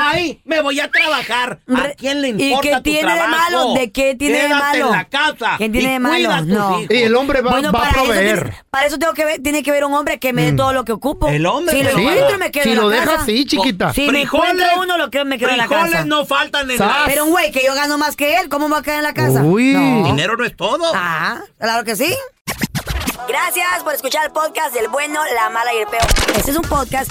[SPEAKER 6] Ay, me voy a trabajar. ¿A quién le
[SPEAKER 3] ¿Y
[SPEAKER 6] importa
[SPEAKER 3] qué
[SPEAKER 6] tu
[SPEAKER 3] tiene de
[SPEAKER 6] trabajo?
[SPEAKER 3] malo? ¿De qué tiene de
[SPEAKER 6] Quédate
[SPEAKER 3] malo?
[SPEAKER 6] en la casa.
[SPEAKER 3] ¿Qué tiene
[SPEAKER 6] y
[SPEAKER 3] de malo?
[SPEAKER 6] cuida a tus
[SPEAKER 3] No.
[SPEAKER 6] hijos.
[SPEAKER 3] Bueno, para eso tiene- para eso tengo que ver, tiene que ver un hombre que me dé todo lo que ocupo.
[SPEAKER 6] El hombre
[SPEAKER 3] Si lo
[SPEAKER 6] que me
[SPEAKER 3] encuentro,
[SPEAKER 6] da.
[SPEAKER 3] me quedo
[SPEAKER 6] Mm. Si
[SPEAKER 3] en la
[SPEAKER 6] lo
[SPEAKER 3] casa.
[SPEAKER 6] deja así, chiquita.
[SPEAKER 3] Si me
[SPEAKER 6] Frijoles-
[SPEAKER 3] encuentro uno, lo que me quedo en la casa.
[SPEAKER 6] frijoles no faltan en la-
[SPEAKER 3] Pero un güey que yo gano más que él, ¿cómo me va a quedar en la casa? No.
[SPEAKER 6] Dinero no es todo.
[SPEAKER 3] Ah, claro que sí. Gracias por escuchar el podcast del bueno, la mala y el peo. Este es un podcast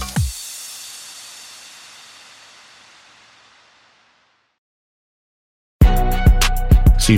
[SPEAKER 10] Si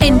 [SPEAKER 14] En